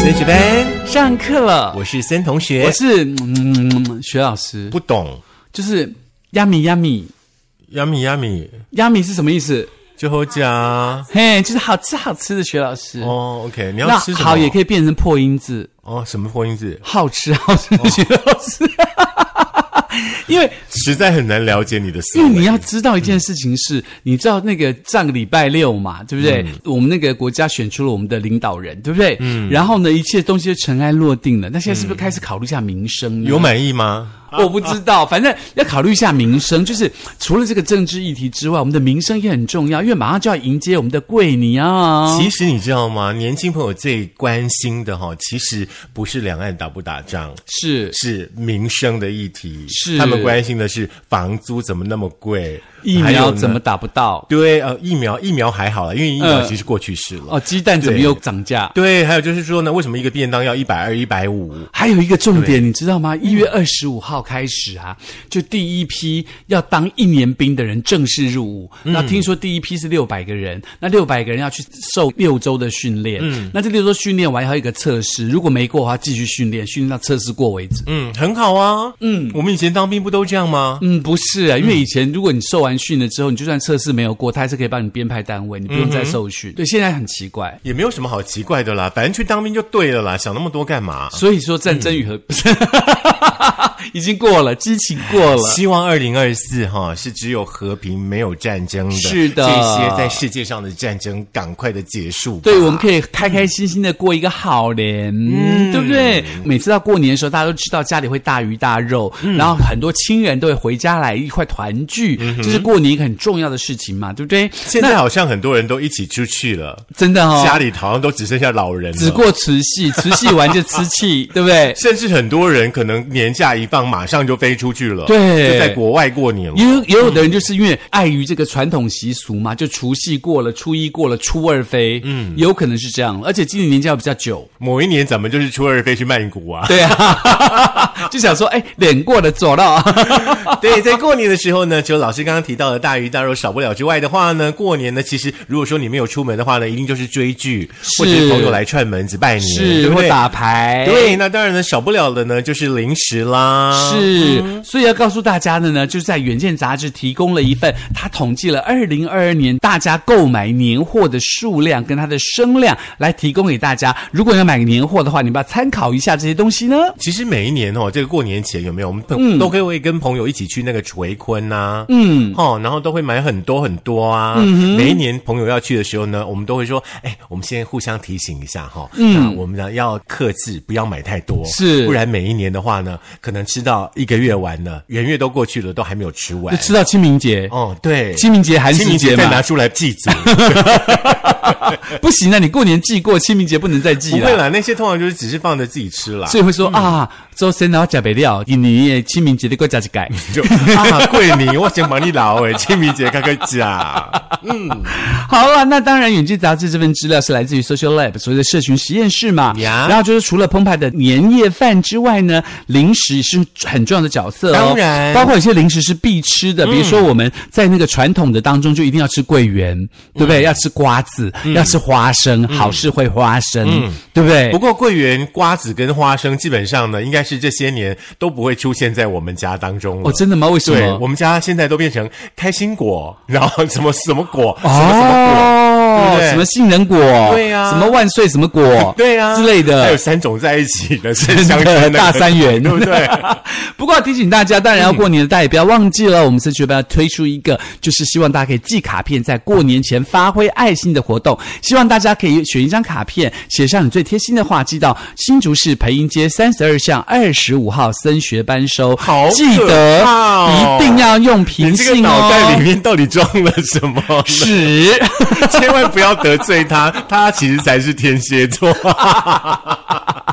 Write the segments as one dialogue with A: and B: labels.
A: 森学班，
B: 上课了，
A: 我是森同学
B: 我。是嗯学老师，
A: 不懂
B: 就是 yummy yummy
A: ，yummy yummy，
B: yummy 是什么意思？
A: 就好加
B: 嘿，就是好吃好吃的学老师。
A: 哦。OK，你
B: 那
A: 要吃什么？
B: 好也可以变成破音字，
A: 哦，什么破音字？
B: 好吃好吃的学老师。因为
A: 实在很难了解你的思
B: 因为
A: 维
B: 你。要知道一件事情是，你知道那个上个礼拜六嘛，对不对？我们那个国家选出了我们的领导人，对不对？嗯。然后呢，一切东西就尘埃落定了。那现在是不是开始考虑一下民生呢？
A: 有满意 吗？
B: 我不知道，反正要考虑一下民生，就是除了这个政治议题之外，我们的民生也很重要，因为马上就要迎接我们的桂尼啊。
A: 其实你知道吗？年轻朋友最关心的哈，其实不是两岸打不打仗，
B: 是
A: 是民生的议题。
B: 是
A: 他们关心的是房租怎么那么贵，
B: 疫
A: 还有
B: 苗
A: 呢
B: 怎么打不到？
A: 对呃疫苗疫苗还好了，因为疫苗
B: 嗯
A: 其实过去式了。
B: 哦，鸡蛋怎么
A: 对
B: 又涨价？
A: 对，还有就是说呢，为什么一个便当要一百二、一百五？
B: 还有一个重点，你知道吗？一月二十五号开始啊，就第一批要当一年兵的人正式入伍。那听说第一批是六百个人，那六百个人要去受六周的训练。嗯，那这六周训练完还有一个测试，如果没过的话，继续训练，训练到测试过为止。
A: 嗯，很好啊。嗯，我们以前当兵不都这样吗？
B: 嗯，不是啊，因为以前如果你受完训了之后，你就算测试没有过，他还是可以帮你编排单位，你不用再受训。嗯对，现在很奇怪。
A: 也没有什么好奇怪的啦，反正去当兵就对了啦，想那么多干嘛？
B: 所以说，战争与和、不是嗯 已经过了，激情过了。
A: 希望二零二四哈是只有和平没有战争的，
B: 是的
A: 这些在世界上的战争赶快的结束。
B: 对，我们可以开开心心的过一个好年，对不对？每次到过年的时候，大家都知道家里会大鱼大肉，然后很多亲人都会回家来一块团聚，这是过年一个很重要的事情嘛，对不对？
A: 现在好像很多人都一起出去了，
B: 真的哦，
A: 家里好像都只剩下老人
B: 只
A: 了。
B: 过除夕，除夕完就吃 气，对不对？
A: 甚至很多人可能年假一放，马上就飞出去了，
B: 对
A: 就在国外过年了。
B: 也有也嗯有的人就是因为碍于这个传统习俗嘛，就除夕过了，初一过了，初二飞，嗯，有可能是这样。而且今年年假又比较久，
A: 某一年咱们就是初二飞去曼谷啊，
B: 对啊， 就想说，哎，脸过了走了，
A: 对，在过年的时候呢，除了老师刚刚提到的大鱼大肉少不了之外的话呢，过年呢，其实如果说你没有出门的话呢，一定就是追剧，
B: 是
A: 或者是朋友来串门子拜年，对
B: 是
A: 不
B: 会
A: 对？
B: 打牌，
A: 对，那当然呢，少不了的呢就是零食啦。
B: 是，所以要告诉大家的呢，就是在《远见》杂志提供了一份，它统计了二零二二年大家购买年货的数量跟它的声量，来提供给大家。如果要买年货的话，你们要参考一下这些东西呢。
A: 其实每一年哦，这个过年前有没有我们朋、都可以会跟朋友一起去那个垂坤呐、嗯，哦，然后都会买很多很多啊。每一年朋友要去的时候呢，我们都会说，哎，我们先互相提醒一下哈、嗯，我们呢要克制，不要买太多，
B: 是
A: 不然每一年的话呢，可能吃到一个月完了，元月都过去了，都还没有吃完
B: 就。吃到清明节，
A: 哦，对，
B: 清明节寒
A: 清明
B: 食
A: 节
B: 节
A: 再
B: 嘛，
A: 拿出来祭祖，
B: 不行啊，你过年祭过，清明节不能再
A: 不
B: 祭
A: 会
B: 了。
A: 啦，嗯那些通常就是只是放着自己吃啦。
B: 所以会说、啊，周三然后假北料，你你清明节的给我加一改。
A: 就啊，桂林，我先帮你老诶，清明节开个假。
B: 好了，那当然，《远见》杂志这份资料是来自于 Social Lab，所谓的社群实验室嘛。
A: 呀
B: 然后就是除了澎湃的年夜饭之外呢，零食是很重要的角色哦。
A: 当然嗯
B: 包括有些零食是必吃的，比如说我们在那个传统的当中就一定要吃桂圆，
A: 嗯
B: 对不对？要吃瓜子，要吃花生，好事会花生，对不对
A: 嗯不？过桂圆、瓜子跟花生基本上呢，应该是这些年都不会出现在我们家当中了。
B: 哦，真的吗？为什
A: 对，
B: 么
A: 我？们家现在都变成开心果， 然后什么什么果， 什么什么果。对
B: 哦
A: 不对
B: 什么杏仁果？
A: 对呀
B: 什么万岁什么果？
A: 对啊，
B: 哦之类的。
A: 还有 三种在一起的，是
B: 真
A: 香
B: 的
A: 椿
B: 大三元，
A: 对不对？
B: 不过要提醒大家，当然要过年的，大家也不要忘记了，我们社区要推出一个，就是希望大家可以寄卡片，在过年前发挥爱心的活动。希望大家可以选一张卡片，写上你最贴心的话，寄到新竹市培英街三十二巷二十五号升学班收。
A: 好
B: 记
A: 可
B: 得
A: 怕哦
B: 一定要用
A: 你
B: 平
A: 这个
B: 信
A: 脑袋里
B: 哦。
A: 面到底装了什么？
B: 屎，
A: 千万不要得罪他，他其实才是天蝎座。
B: 好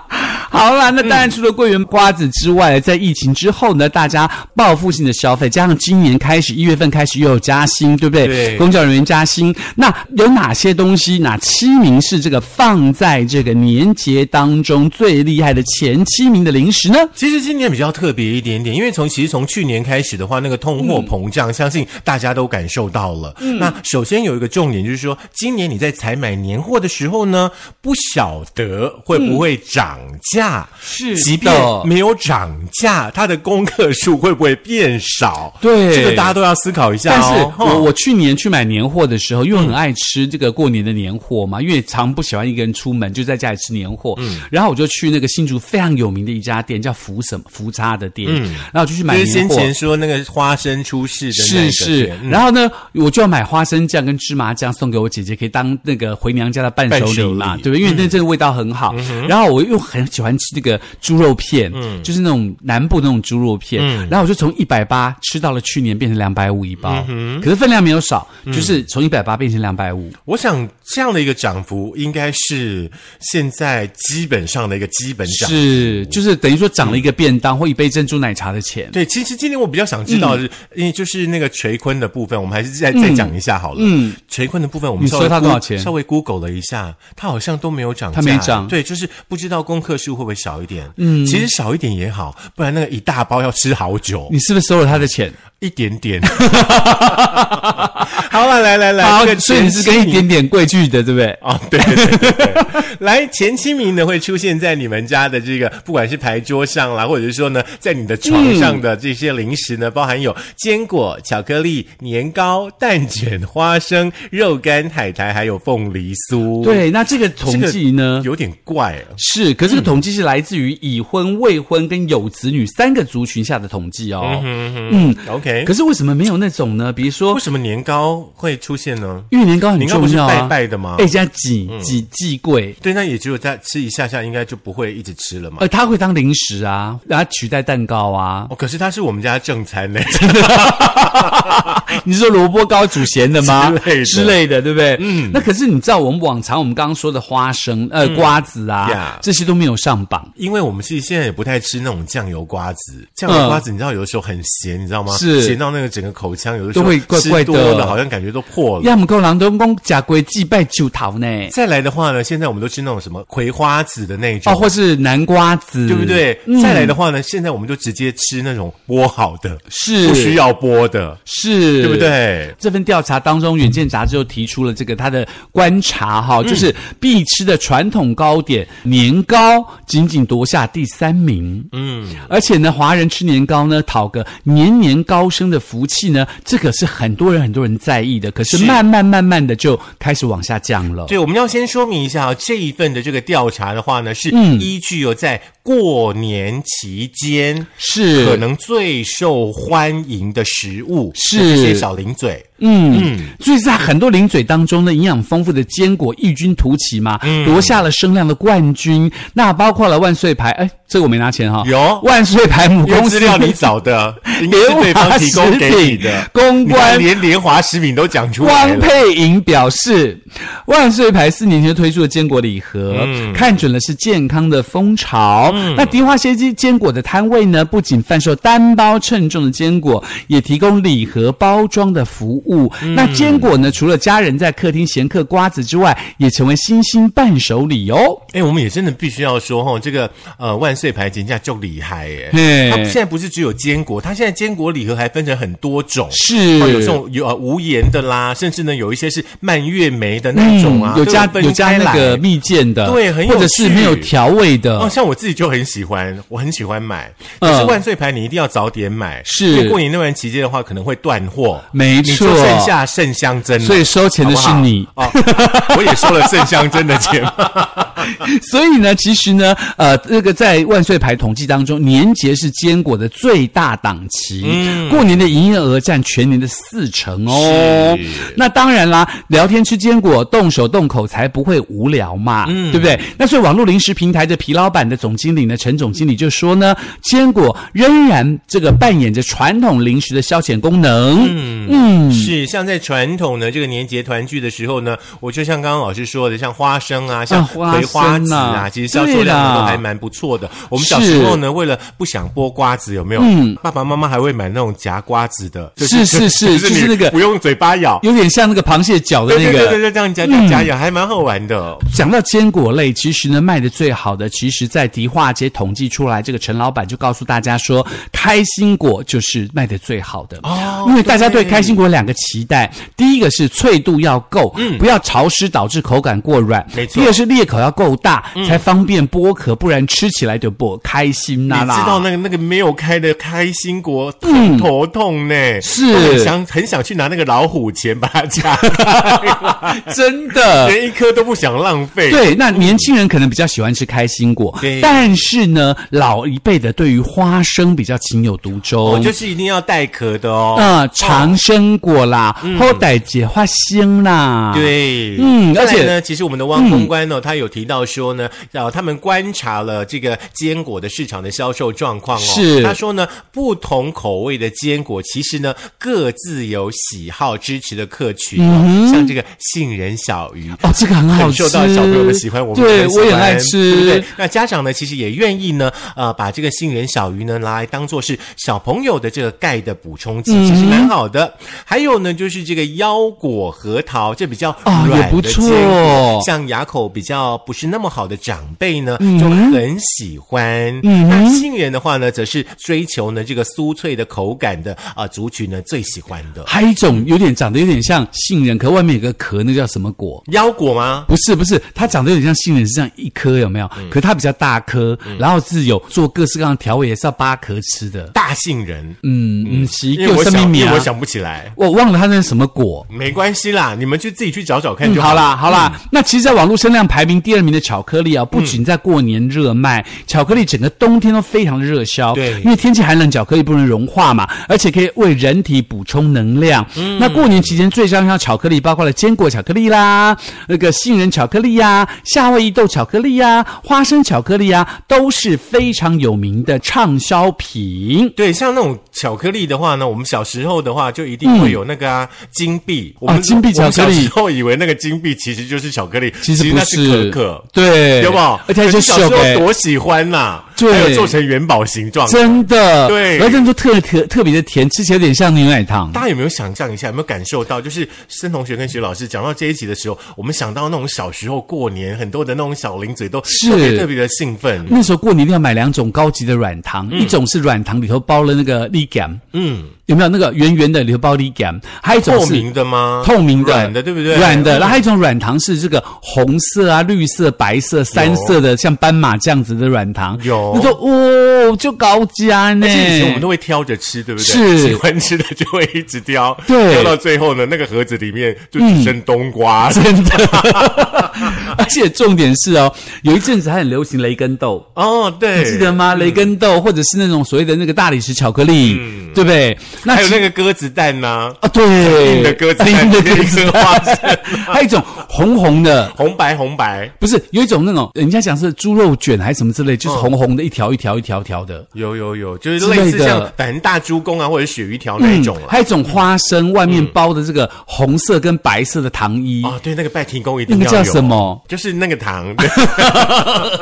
B: 好啦，那当然除了桂圆瓜子之外，在疫情之后呢，大家报复性的消费，加上今年开始一月份开始又有加薪，对不对？
A: 对
B: 公教人员加薪，那有哪些东西？哪七名是这个放在这个年节当中最厉害的前七名的零食呢？
A: 其实今年比较特别一点点，因为从其实从去年开始的话，那个通货膨胀，相信大家都感受到了。那首先有一个重点就是说，今年你在采买年货的时候呢，不晓得会不会涨价，
B: 是
A: 即便
B: 的
A: 没有涨价，它的功课数会不会变少？
B: 对
A: 这个大家都要思考一下
B: 但是
A: 哦。
B: 我
A: 哦
B: 我去年去买年货的时候，因为我很爱吃这个过年的年货嘛，因为常不喜欢一个人出门，就在家里吃年货。
A: 嗯
B: 然后我就去那个新竹非常有名的一家店，叫福什么福叉的店，然后我就去买
A: 嗯就是
B: 年
A: 先
B: 货。
A: 前说那个花生出世的那
B: 是
A: 个嗯
B: 是
A: 点，
B: 然后呢，我就要买花生酱跟芝麻酱送给我姐姐，可以当那个回娘家的伴手
A: 伴手
B: 礼
A: 礼嗯
B: 嘛，对不对？因为那真的味道很好。然后我又很喜欢吃那个猪肉片，
A: 嗯
B: 就是那种南部那种猪肉片。然后我就从一百八吃到了去年变成两百五一包，
A: 嗯
B: 可是分量没有少，就是从一百八变成两百五。
A: 我想这样的一个涨幅，应该是现在基本上的一个基本涨幅。
B: 是，就是等于说涨了一个便
A: 嗯
B: 当或一杯珍珠奶茶的钱。
A: 对，其实今天我比较想知
B: 嗯
A: 道的是，因为就是那个垂坤的部分，我们还是再、再讲一下好了。嗯，垂坤的部分，我们
B: 你
A: 稍
B: 说
A: 微
B: 它多
A: Goo-
B: 少钱
A: 稍微 Google 了一下，它好像都没有涨价，
B: 它没涨
A: 对，就是不知道功课数会不会少一点。嗯，其实少一点也好，不然那个一大包要吃好久，
B: 你是不是收了他的钱？
A: 一点 点。 好了，来来来，
B: 好
A: 这个，
B: 啊所以你是跟
A: 前
B: 一
A: 期
B: 点点贵距的，对不对？
A: 哦，对对对对对， 来前七名呢会出现在你们家的这个，不管是牌桌上啦，或者是说呢，在你的床上的这些零食
B: 嗯
A: 呢，包含有坚果、巧克力、年糕、蛋卷、花生、肉干、海苔，还有凤梨酥。
B: 对，那这个
A: 这
B: 统
A: 个
B: 计呢？
A: 有点怪哦。
B: 是，可是这个统计是来自于已婚、未婚跟有子女三个族群下的统计哦。
A: 嗯，OK，
B: 可是为什么没有那种呢？比如说
A: 为，什么年糕会出现呢？
B: 因为年糕很
A: 年糕不
B: 重
A: 是
B: 要
A: 拜
B: 啊，
A: 拜的嗯吗
B: 哎，？这样几几季贵，
A: 对，那也只有在吃一下下，应该就不会一直吃了嘛。
B: 呃，它会当零食啊，然后取代蛋糕啊。
A: 嗯哦，可是它是我们家正餐呢。
B: 你是说萝卜糕煮咸的吗？
A: 之类的
B: 之类的，对不对？嗯。那可是你知道，我们往常我们刚刚说的花生、呃
A: 嗯
B: 瓜子啊
A: 呀，
B: 这些都没有上榜。
A: 因为我们其实现在也不太吃那种酱油瓜子，酱油瓜子你知道有的时候很咸，你知道吗？
B: 嗯是
A: 咸到那个整个口腔有的时候
B: 都会怪怪
A: 吃
B: 的
A: 多了好像感觉都破了。
B: 要么够郎东公假龟祭拜九桃呢，
A: 再来的话呢，现在我们都吃那种什么葵花籽的那种。
B: 哦，或是嗯南瓜子，
A: 对不？对？再来的话呢，现在我们就直接吃那种剥好的，
B: 是
A: 不需要剥的，
B: 是，
A: 对不？对？
B: 这份调查当中，《远见》杂志又提出了这个他的观察哈，就是必吃的传统糕点年糕仅仅夺下第三名。嗯，而且呢，华人吃年糕呢，讨个年年高升的福气呢，这个是很多人很多人在意的。可是
A: 是
B: 慢慢慢慢的就开始往下降了。
A: 对，我们要先说明一下啊、这一份的这个调查的话呢，是
B: 嗯
A: 依据有在过年期间。
B: 是
A: 可能最受欢迎的食物
B: 是
A: 那这些小零嘴，
B: 嗯，所以在很多零嘴当中呢，营养丰富的坚果异军突起嘛，
A: 嗯
B: 夺下了声量的冠军。那包括了万岁牌，哎，这个我没拿钱哈、
A: 有
B: 万岁牌母
A: 因为
B: 公
A: 资
B: 司
A: 料你找的， 应该是对方提供给你的。
B: 公
A: 你看
B: 关
A: 连莲华食品都讲出来
B: 汪
A: 了，
B: 佩莹表示，万岁牌四年前推出的坚果礼盒，
A: 嗯
B: 看准了是健康的风潮。那迪化街坚果的摊位呢，不仅贩售单包称重的坚果，也提供礼盒包装的服务。
A: 嗯
B: 那坚果呢，除了家人在客厅闲嗑瓜子之外，也成为新兴伴手礼哦。
A: 哎、我们也真的必须要说哈，这个呃万岁牌人家就厉害耶、
B: 嘿
A: 它现在不是只有坚果，它现在坚果礼盒还分成很多种，
B: 是
A: 哦有这种有呃无盐的啦，甚至呢有一些是蔓越莓的那种啊，
B: 嗯有加
A: 都分
B: 有加
A: 开
B: 那个
A: 来
B: 蜜饯的，
A: 对很有
B: 或者是没有
A: 趣
B: 调味的，
A: 哦，像我自己就很喜欢，我很喜欢买。
B: 嗯
A: 可是万岁牌你一定要早点买，
B: 是
A: 因为过年那段期间的话，可能会断货。
B: 没
A: 你
B: 错
A: 就剩下剩香针了，
B: 所以收钱的是你
A: 好不好哦。我也收了剩香针的 钱，
B: 所以呢，其实呢，呃，那个在万岁牌统计当中，年节是坚果的最大档期，
A: 嗯
B: 过年的营业额占全年的四成哦
A: 是。
B: 那当然啦，聊天吃坚
A: 嗯
B: 果，动手动口才不会无聊嘛，对不对？那所以网络零食平台的皮老板的总经理心灵的陈总经理就说呢，坚果仍然这个扮演着传统零食的消遣功能。
A: 嗯，是像在传统的这个年节团聚的时候呢，我就像刚刚老师说的，像花生啊，像
B: 花
A: 葵花
B: 生
A: 籽
B: 啊
A: 啊，其实销售
B: 对啦
A: 量都还蛮不错的。我们小时候呢，为了不想剥瓜子，有没有？爸爸妈妈还会买那种夹瓜子的，就是
B: 嗯是是，
A: 就
B: 就是是
A: 你
B: 那个
A: 不用嘴巴咬，
B: 有点像那个螃蟹脚的那
A: 对对对
B: 个。嗯
A: 对，这样夹夹夹咬，还蛮好玩的。
B: 讲到坚果类，其实呢卖的最好的，其实在迪化街统计出来，这个陈老板就告诉大家说，开心果就是卖的最好的
A: 哦嗯
B: 因为大家对
A: 对
B: 开心果有两个期待，第一个是脆度要够，不要潮湿导致口感过软；
A: 没错
B: 第二是裂口要够大，才方便剥壳，不然吃起来就不开心啦
A: 你
B: 啦。
A: 知道那个那个没有开的开心果很头痛呢，
B: 嗯是
A: 我很想很想去拿那个老虎钳把它 夹开，
B: 真的，
A: 连一颗都不想浪费。
B: 对，那年轻人可能比较喜欢吃开心果，
A: 对
B: 但是呢，老一辈的对于花生比较情有独
A: 哦，
B: 钟。
A: 就是一定要带壳的哦。嗯
B: 嗯，长生果啦，后代解花心啦，，
A: 对，
B: 啊嗯
A: 再来
B: 而且嗯
A: 呢，其实我们的汪公关呢、他有提到说呢，呃，他们观察了这个坚果的市场的销售状况哦。
B: 是
A: 他说呢，不同口味的坚果其实呢各自有喜好支持的客群、哦，
B: 嗯
A: 像这个杏仁小鱼。啊
B: 哦，这个很好
A: 很
B: 吃，
A: 受到小朋友的喜欢，我们
B: 对
A: 很喜
B: 我也
A: 欢
B: 爱
A: 对不
B: 吃
A: 对，？那家长呢，其实也愿意呢，呃，把这个杏仁小鱼呢，拿来当做是小朋友的这个钙的补充剂，
B: 嗯
A: 其实蛮好的。还有呢，就是这个腰果核桃，这比较
B: 啊也
A: 软
B: 不
A: 的坚果
B: 错，
A: 像牙口比较不是那么好的长辈呢，
B: 嗯
A: 就很喜欢。那杏仁的话呢，则是追求呢这个酥脆的口感的啊、族群呢最喜欢的
B: 还有一种有点长得有点像杏仁，可外面有个壳，那叫什么果？
A: 腰果吗？
B: 不是不是，它长得有点像杏仁，是这样一颗有没有？
A: 嗯
B: 可它比较大颗，然后是有做各式各样的调味，也是要扒壳吃的。
A: 大杏仁，
B: 嗯嗯，是
A: 因为我
B: 叫什么
A: 想，
B: 名
A: 因为
B: 啊
A: 我想不起来。
B: 我忘了它那是什么果。
A: 没关系啦，你们就自己去找找看
B: 嗯
A: 就
B: 好
A: 了。
B: 啦，好啦，那其实，在网络声量排名第二名的巧克力啊，
A: 嗯
B: 不仅在过年热卖，巧克力整个冬天都非常的热销。
A: 对
B: 因为天气寒冷，巧克力不能融化嘛，而且可以为人体补充能量。
A: 嗯
B: 那过年期间最畅销的巧克力包括了坚果巧克力啦，那个杏仁巧克力呀、夏威夷豆巧克力呀、花生巧克力呀、都是非常有名的畅销品。
A: 对，像那种巧克力的话呢，我们小时候的话就一定会有那个啊、金币，我们、
B: 嗯哦金币巧克
A: 我
B: 力
A: 们小时候以为那个金币其实就是巧克力，
B: 其实不
A: 那是可可。
B: 对，
A: 有没有？
B: 而且
A: 可
B: 还是
A: 小时
B: 秀
A: 候
B: 欸
A: 多喜欢呐、
B: 对
A: 还有做成元宝形状。
B: 真的，
A: 对
B: 而且就特特特别的甜，吃起来有点像牛奶糖。
A: 大家有没有想象一下？有没有感受到？就是申同学跟徐老师讲到这一集的时候，我们想到那种小时候过年很多的那种小零嘴，都
B: 是嗯
A: 特别特别的兴奋。
B: 那时候过年一定要买两种高级的软糖，一种是软糖里头包了那个 ligam，
A: 嗯，
B: 有没有那个圆圆的里头包 ligam？还有一种
A: 透
B: 是
A: 明的吗？
B: 透明的、
A: 软的，对不对？嗯
B: 软的，然后还有一种软糖是这个红色啊、绿色、白色三色的，像斑马这样子的软糖。
A: 有
B: 那种哦，就高级啊呢。
A: 而且以前我们都会挑着吃，对不对？
B: 是
A: 喜欢吃的就会一直挑，
B: 对
A: 挑到最后呢，那个盒子里面就只剩冬瓜。
B: 真的，而且重点是哦，有一阵子还很流行雷根豆。
A: 哦，对，
B: 记得吗？雷根豆，或者是那种所谓的那个大理石巧克力，对不对？那
A: 嗯还有
B: 其
A: 那个鸽子蛋呐、
B: 啊，对，
A: 硬的鸽子蛋
B: 硬的鸽
A: 里面
B: 子
A: 一颗花生
B: 蛋，还有一种红红的。
A: 红白红白，
B: 不是有一种那种人家讲是猪肉卷还是什么之类，就是红红的一条一条一条条的。嗯
A: 有有有，就是
B: 之类的
A: 类似像反正大猪公啊，或者鳕鱼条那一种了。啊
B: 还有一种花生外面包的这个红色跟白色的糖衣，
A: 哦，对，那个拜天公一
B: 嗯那
A: 定
B: 个
A: 要有。
B: 叫什？么？
A: 就是那个糖，对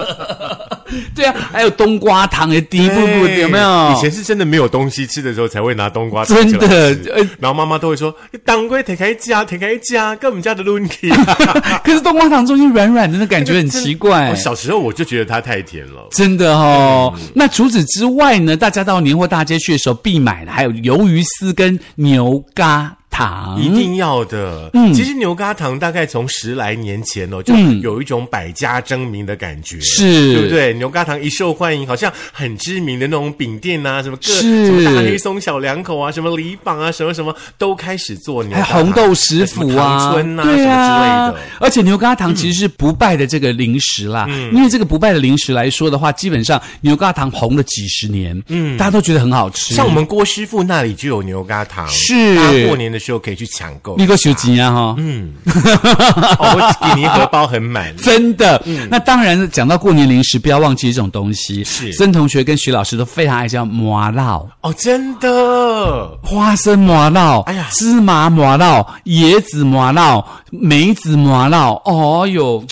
B: 对啊，还有冬瓜糖的第一步步有没有？
A: 以前是真的没有东西吃的时候才会拿冬瓜，
B: 真的呃。
A: 然后妈妈都会说：“哎当归摕开家，啊摕开家，跟我们家的 lunky。”啊
B: 可是冬瓜糖中间软软的，那感觉很奇 怪。
A: 我小时候我就觉得它太甜了。
B: 真的哦。
A: 嗯
B: 那除此之外呢，大家到年货大街去的时候必买的还有鱿鱼丝跟牛轧糖，
A: 一定要的。
B: 嗯
A: 其实牛轧糖大概从十来年前哦，就有一种百家争鸣的感觉，
B: 是
A: 对不对？牛轧糖一受欢迎，好像很知名的那种饼店啊，什么各
B: 是
A: 什么大黑松小两口啊，什么李坊啊，什么什么都开始做牛
B: 还
A: 轧
B: 有
A: 糖，
B: 哎红豆食府啊，
A: 还有什么糖
B: 对
A: 春
B: 啊
A: 啊，什么之类的。
B: 而且牛轧糖其实是不败的这个零食啦，
A: 嗯
B: 因为这个不败的零食来说的话，基本上牛轧糖红了几十年，嗯，大家都觉得很好吃。
A: 像我们郭师傅那里就有牛轧糖，
B: 是
A: 大家过年的时候可以去抢购。
B: 你给我收集啊哈！嗯，
A: 哦， 我给你荷包很满。
B: 真的。
A: 嗯
B: 那当然，讲到过年零食，不要忘记一种东西。
A: 是
B: 曾同学跟徐老师都非常爱叫麻烙。
A: 哦，真的，
B: 花生麻烙，
A: 哎呀
B: 芝麻麻烙，椰子麻烙，梅子麻烙，哦哟，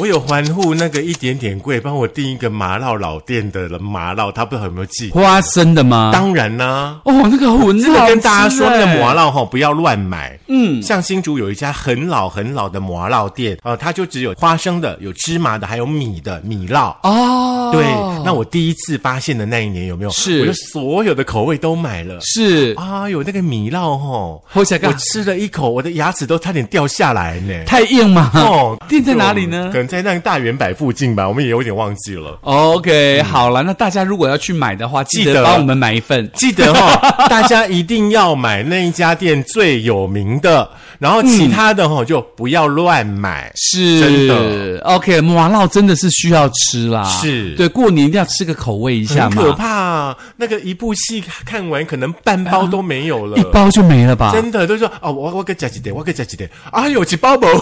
A: 我有欢呼那个一点点贵，帮我订一个麻辣老店的麻辣，他不知道有没有寄？
B: 花生的吗？
A: 当然啦、
B: 哦，那个很
A: 真的
B: 好
A: 跟大家
B: 吃
A: 说，那
B: 欸
A: 个麻辣哈，不要乱买。嗯，像新竹有一家很老很老的麻辣店，呃，它就只有花生的、有芝麻的，还有米的米辣。
B: 哦，
A: 对，那我第一次发现的那一年有没有？
B: 是
A: 我就所有的口味都买了。
B: 是
A: 啊，有那个米辣吼，
B: 好吃到
A: 我吃了一口，我的牙齿都差点掉下来呢。
B: 太硬嘛。
A: 哦，
B: 店在哪里呢
A: 可能在那个大圆柏附近吧，我们也有点忘记了。
B: OK，、好了，那大家如果要去买的话，记
A: 哦嗯记得
B: 得帮我们买一份。
A: 记得哈、哦，大 家一定要买那一家店最有名的，然后其他的哈、哦就不要乱买。
B: 是
A: 真的
B: OK，麻辣真的是需要吃啦。
A: 是
B: 对，过年一定要吃个口味一下
A: 很
B: 嘛，
A: 可怕、那个一部戏看完可能半包都没有了。
B: 一包就没了吧？
A: 真的都说哦，我我给加几点，我给加几点，哎呦，几包 不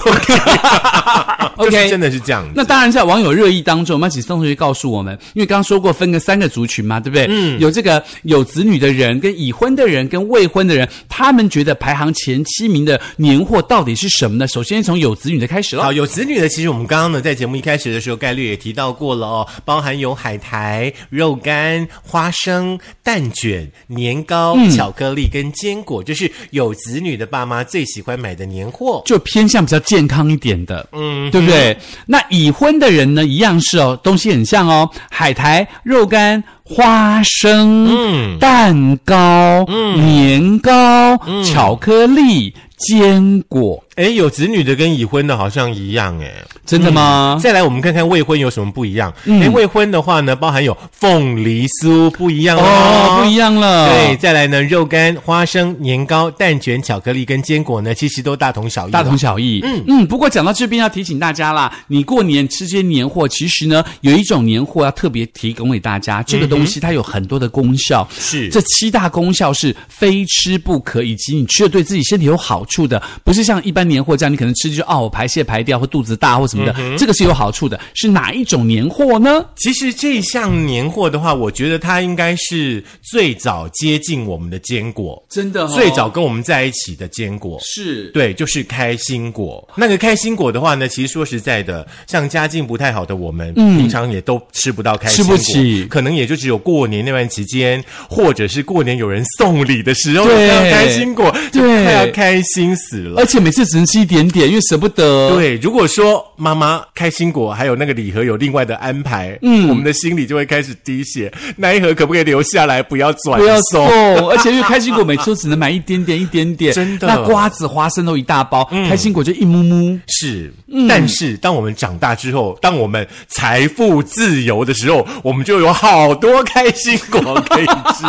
B: OK
A: 就是真的是这样子。
B: 那当然，在网友热议当中，我们请宋同学告诉我们，因为刚刚说过分个三个族群嘛，对不对？嗯，有这个有子女的人、跟已婚的人、跟未婚的人，他们觉得排行前七名的年货到底是什么呢？首先从有子女的开始喽
A: 好，。有子女的，其实我们刚刚呢，在节目一开始的时候，概率也提到过了哦，包含有海苔、肉干、花生、蛋卷、年糕、
B: 嗯
A: 巧克力跟坚果，就是有子女的爸妈最喜欢买的年货。
B: 就偏向比较健康一点的，嗯，对不对？那已婚的人呢，一样是哦，东西很像哦，海苔、肉干、花生、嗯、蛋糕、嗯、年糕、巧克力、坚果，
A: 诶，有子女的跟已婚的好像一样诶。
B: 真的吗？
A: 再来，我们看看未婚有什么不一样。
B: 嗯
A: 诶，未婚的话呢，包含有凤梨酥，不一样啊
B: 哦，不一样了。
A: 对，，再来呢，肉干、花生、年糕、蛋卷、巧克力跟坚果呢，其实都大同小异。啊
B: 大同。小异。嗯嗯，不过讲到这边要提醒大家啦，你过年吃这些年货，其实呢有一种年货要特别提供给大家，这个东西它有很多的功效。
A: 是
B: 这七大功效是非吃不可，以及你吃了对自己身体有好处的，不是像一般年货这样，你可能吃就哦我排泄排掉或肚子大或什么的，这个是有好处的。是哪一种年货呢？
A: 其实这项年货的话，我觉得它应该是最早接近我们的坚果，
B: 真的哦
A: 最早跟我们在一起的坚果。
B: 是
A: 对，就是开心果。那个开心果的话呢，其实说实在的，像家境不太好的我们，平常也都吃不到开心果，
B: 嗯吃不起
A: 可能也就只有过年那段期间，或者是过年有人送礼的时候，
B: 对
A: 有看到开心果，就
B: 对
A: 快要开心死了
B: 而。且每次只能吃一点点，因为舍不得。
A: 对，如果说妈妈开心果还有那个礼盒有另外的安排，嗯，我们的心里就会开始滴血。那一盒可不可以留下来，不要转
B: 不要
A: 送？
B: 送，而且因为开心果每次都只能买一点点，一点点，
A: 真的嗯
B: 那瓜子、花生都一大包，开心果就一摸摸。
A: 是，
B: 嗯
A: 但是当我们长大之后，当我们财富自由的时候，我们就有好多开心果可以吃。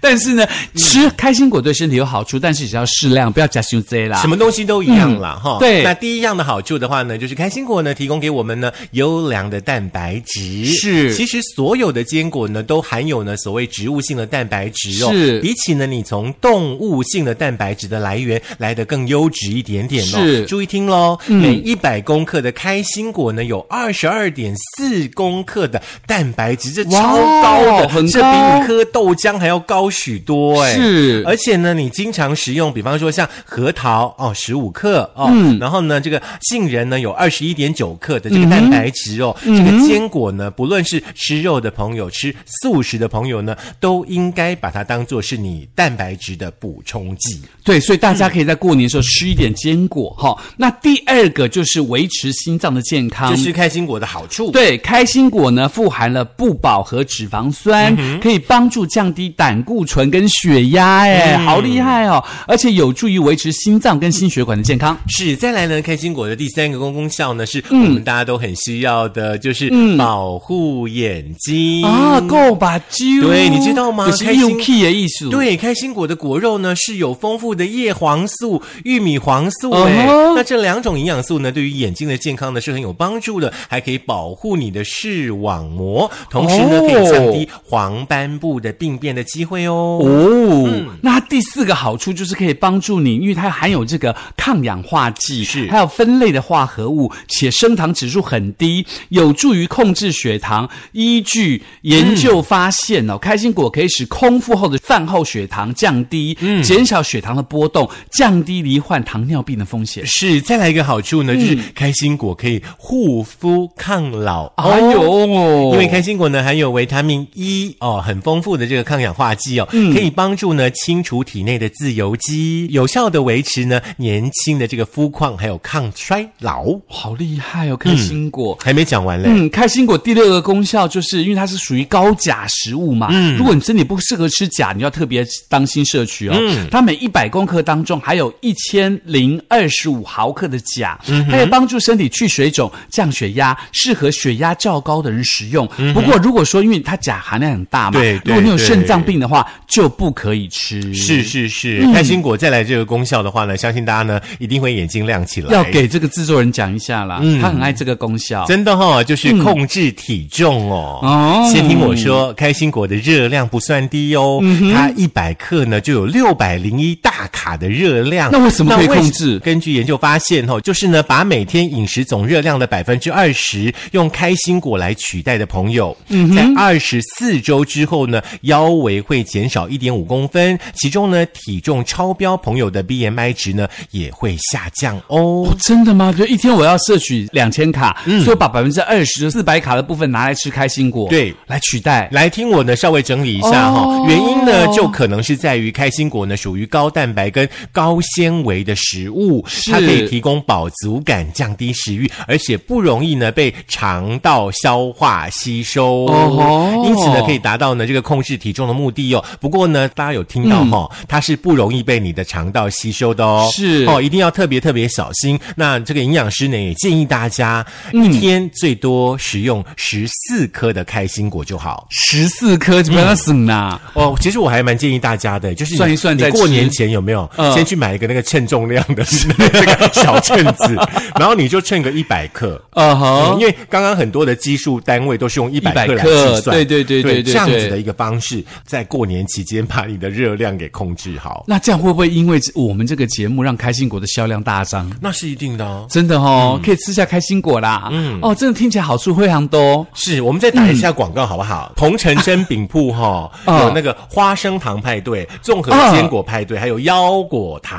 B: 但是呢，吃开心果对身体有好处，但是只要适量，不要加修 Z 啦嗯
A: 什。么东西都一样啦，哈、
B: 对
A: 那第一样的好处的话呢，就是开心果呢提供给我们呢优良的蛋白质。
B: 是
A: 其实所有的坚果呢都含有呢所谓植物性的蛋白质哦。
B: 是
A: 比起呢你从动物性的蛋白质的来源来的更优质一点点哦。
B: 是嗯
A: 注意听喽，每一百公克的开心果呢有二十二点四公克的蛋白质，这超
B: 哇
A: 高的，
B: 很
A: 这比
B: 高
A: 你喝豆浆还要高许多哎。
B: 是
A: 而且呢，你经常食用，比方说像核桃哦，十五克哦，
B: 嗯
A: 然后呢，这个杏仁呢有二十一点九克的这个蛋白质哦，
B: 嗯
A: 这个坚果呢，不论是吃肉的朋友、吃素食的朋友呢，都应该把它当做是你蛋白质的补充剂。
B: 对，所以大家可以在过年的时候吃一点坚果哈、那第二个就是维持心脏的健康
A: 这。是开心果的好处。
B: 对，开心果呢富含了不饱和脂肪酸，
A: 嗯
B: 可以帮助降低胆
A: 嗯
B: 固醇跟血压，哎、好厉害哦！而且有助于维持心脏跟心血管的健康。的。
A: 是，再来呢，开心果的第三个功功效呢，是我们大家都很需要的，就是
B: 嗯
A: 保护眼睛
B: 啊，够吧？啾，
A: 嗯对你知道吗
B: 这是
A: 开心
B: U K 的艺术，，
A: 对，开心果的果肉呢是有丰富的叶黄素、玉米黄素哎、
B: 哦
A: 那这两种营养素呢，对于眼睛的健康呢是很有帮助的，还可以保护你的视网膜，同时呢、
B: 哦
A: 可以降低黄斑部的病变的机会哦。
B: 哦，那它第四个好处就是可以帮助你，因为它含有这个抗氧化剂，
A: 是
B: 还有酚类的化合物，且升糖指数很低，有助于控制血糖。依据研究发现
A: 嗯
B: 哦，开心果可以使空腹后的饭后血糖降低，
A: 嗯
B: 减少血糖的波动，降低罹患糖尿病的风险。
A: 是，再来一个好处呢，
B: 嗯
A: 就是开心果可以护肤抗老。
B: 哎呦，
A: 哦因为开心果呢含有维他命 E 哦，很丰富的这个抗氧化剂哦，可以帮助呢清除体内的自由基，有效的维持呢年轻的这个肤况，还有抗衰老。
B: 好厉害哦，开心果。
A: 还没讲完嘞。
B: 嗯，开心果第六个功效就是因为它是属于高钾食物嘛。嗯，如果你身体不适合吃钾，你就要特别当心摄取哦。嗯，它每一百公克当中含有一千零二十五毫克的钾，
A: 嗯
B: 它也帮助身体去水肿、降血压，适合血压较高的人食用。不过如果说因为它钾含量很大嘛，
A: 嗯对
B: 如果你有
A: 对
B: 肾脏病的话，就不可以吃。
A: 是。是是，开心果再来这个功效的话呢，相信大家呢一定会眼睛亮起来。
B: 要给这个制作人讲一下啦，
A: 嗯
B: 他很爱这个功效。
A: 真的哈、就是控制体重哦。
B: 哦
A: 先听我说，开心果的热量不算低哦，
B: 嗯
A: 它一百克呢就有六百零一大卡的热量。
B: 那为什么可以控制
A: 那为根据研究发现哦，就是呢，把每天饮食总热量的百分之二十用开心果来取代的朋友，
B: 嗯
A: 在二十四周之后呢，腰围会减少一点五公分，其中呢，体重超标朋友的 BMI 值呢也会下降哦
B: 哦，真的吗？就一天我要摄取两千卡，
A: 嗯
B: 所以把百分之二十四百卡的部分拿来吃开心果，
A: 对，
B: 来取代。
A: 来听我呢稍微整理一下哈、
B: 哎哦
A: 原因呢就可能是在于开心果呢属于高蛋白跟高纤维的食物，它可以提供饱足感，降低食欲，而且不容易呢被肠道消化吸收，
B: 哦吼
A: 因此呢可以达到呢这个控制体重的目的哦。不过呢，大家有听到哈、它是不容易被你的肠道吸收的哦，
B: 嗯是
A: 哦，一定要特别特别小心。那这个营养师呢也建议大家
B: 嗯
A: 一天最多食用十四颗的开心果就好。
B: 十四颗，不要省呐！
A: 哦，其实我还蛮建议大家的，就是你
B: 算一算
A: 你
B: 再
A: 过
B: 吃
A: 年前有没有、
B: 嗯
A: 先去买一个那个称重量的这个 小秤子，然后你就称个一百克。
B: 呃
A: 嗯
B: 哈，
A: 因为刚刚很多的基数单位都是用一百
B: 100
A: 克来
B: 克
A: 计算，
B: 对对对对对
A: 这样子
B: 对
A: 的一个方式，在过年期间把你的热量给控制好，
B: 那这样会不会因为我们这个节目让开心果的销量大涨？
A: 那是一定的哦。
B: 真的哦，可以吃下开心果啦。嗯，哦，真的听起来好处非常多。
A: 是我们再打一下广告好不
B: 嗯
A: 好？鹏城蒸饼铺哈、
B: 啊
A: 有那个花生糖派对、综合
B: 啊
A: 坚果派对，还有腰果糖，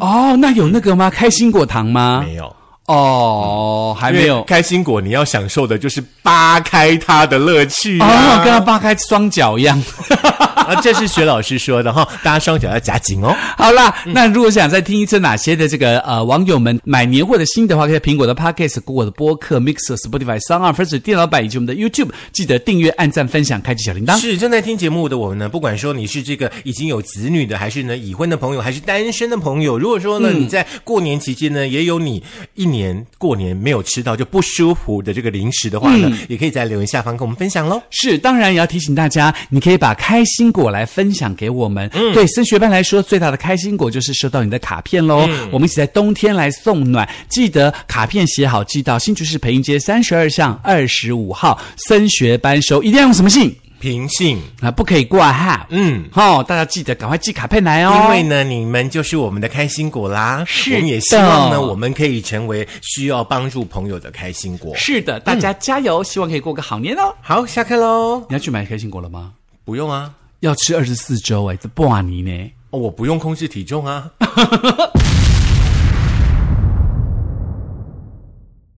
B: 哦，那有那个吗？开心果糖吗？
A: 嗯没有。
B: 哦，还没
A: 因为
B: 有。
A: 开心果，你要享受的就是扒开它的乐趣
B: 哦，
A: 啊！
B: 跟他扒开双脚一样。
A: 啊，这是薛老师说的哈，大家双脚要夹紧哦。
B: 好啦，那如果想再听一次哪些的这个呃网友们买年货的心得话，可以在苹果的 Podcast、Google 的播客、Mixer、Spotify、s o n g o n First 电脑版以及我们的 YouTube，记得订阅、按赞、分享、开启小铃铛。
A: 是正在听节目的我们呢，不管说你是这个已经有子女的，还是呢已婚的朋友，还是单身的朋友，如果说
B: 嗯
A: 呢、你在过年期间呢，也有你一年过年没有吃到就不舒服的这个零食的话
B: 嗯
A: 呢，也可以在留言下方跟我们分享喽。
B: 是，当然也要提醒大家，你可以把开心果来分享给我们。对升学班来说，最大的开心果就是收到你的卡片喽。我们一起在冬天来送暖，记得卡片写好寄到新竹市培英街三十二巷二十五号升学班收，一定要用什么信
A: 平信，
B: 啊？不可以挂号。
A: 嗯。
B: 好、大家记得赶快寄卡片来哦。
A: 因为呢，你们就是我们的开心果啦。
B: 是
A: 我们也
B: 的
A: 希望呢，我们可以成为需要帮助朋友的开心果。
B: 是的，大家加
A: 嗯
B: 油，希望可以过个好年哦。
A: 好，下课喽。
B: 你要去买开心果了吗？
A: 不用啊，
B: 要吃二十四周哎，这不啊你呢？
A: 哦我不用控制体重啊。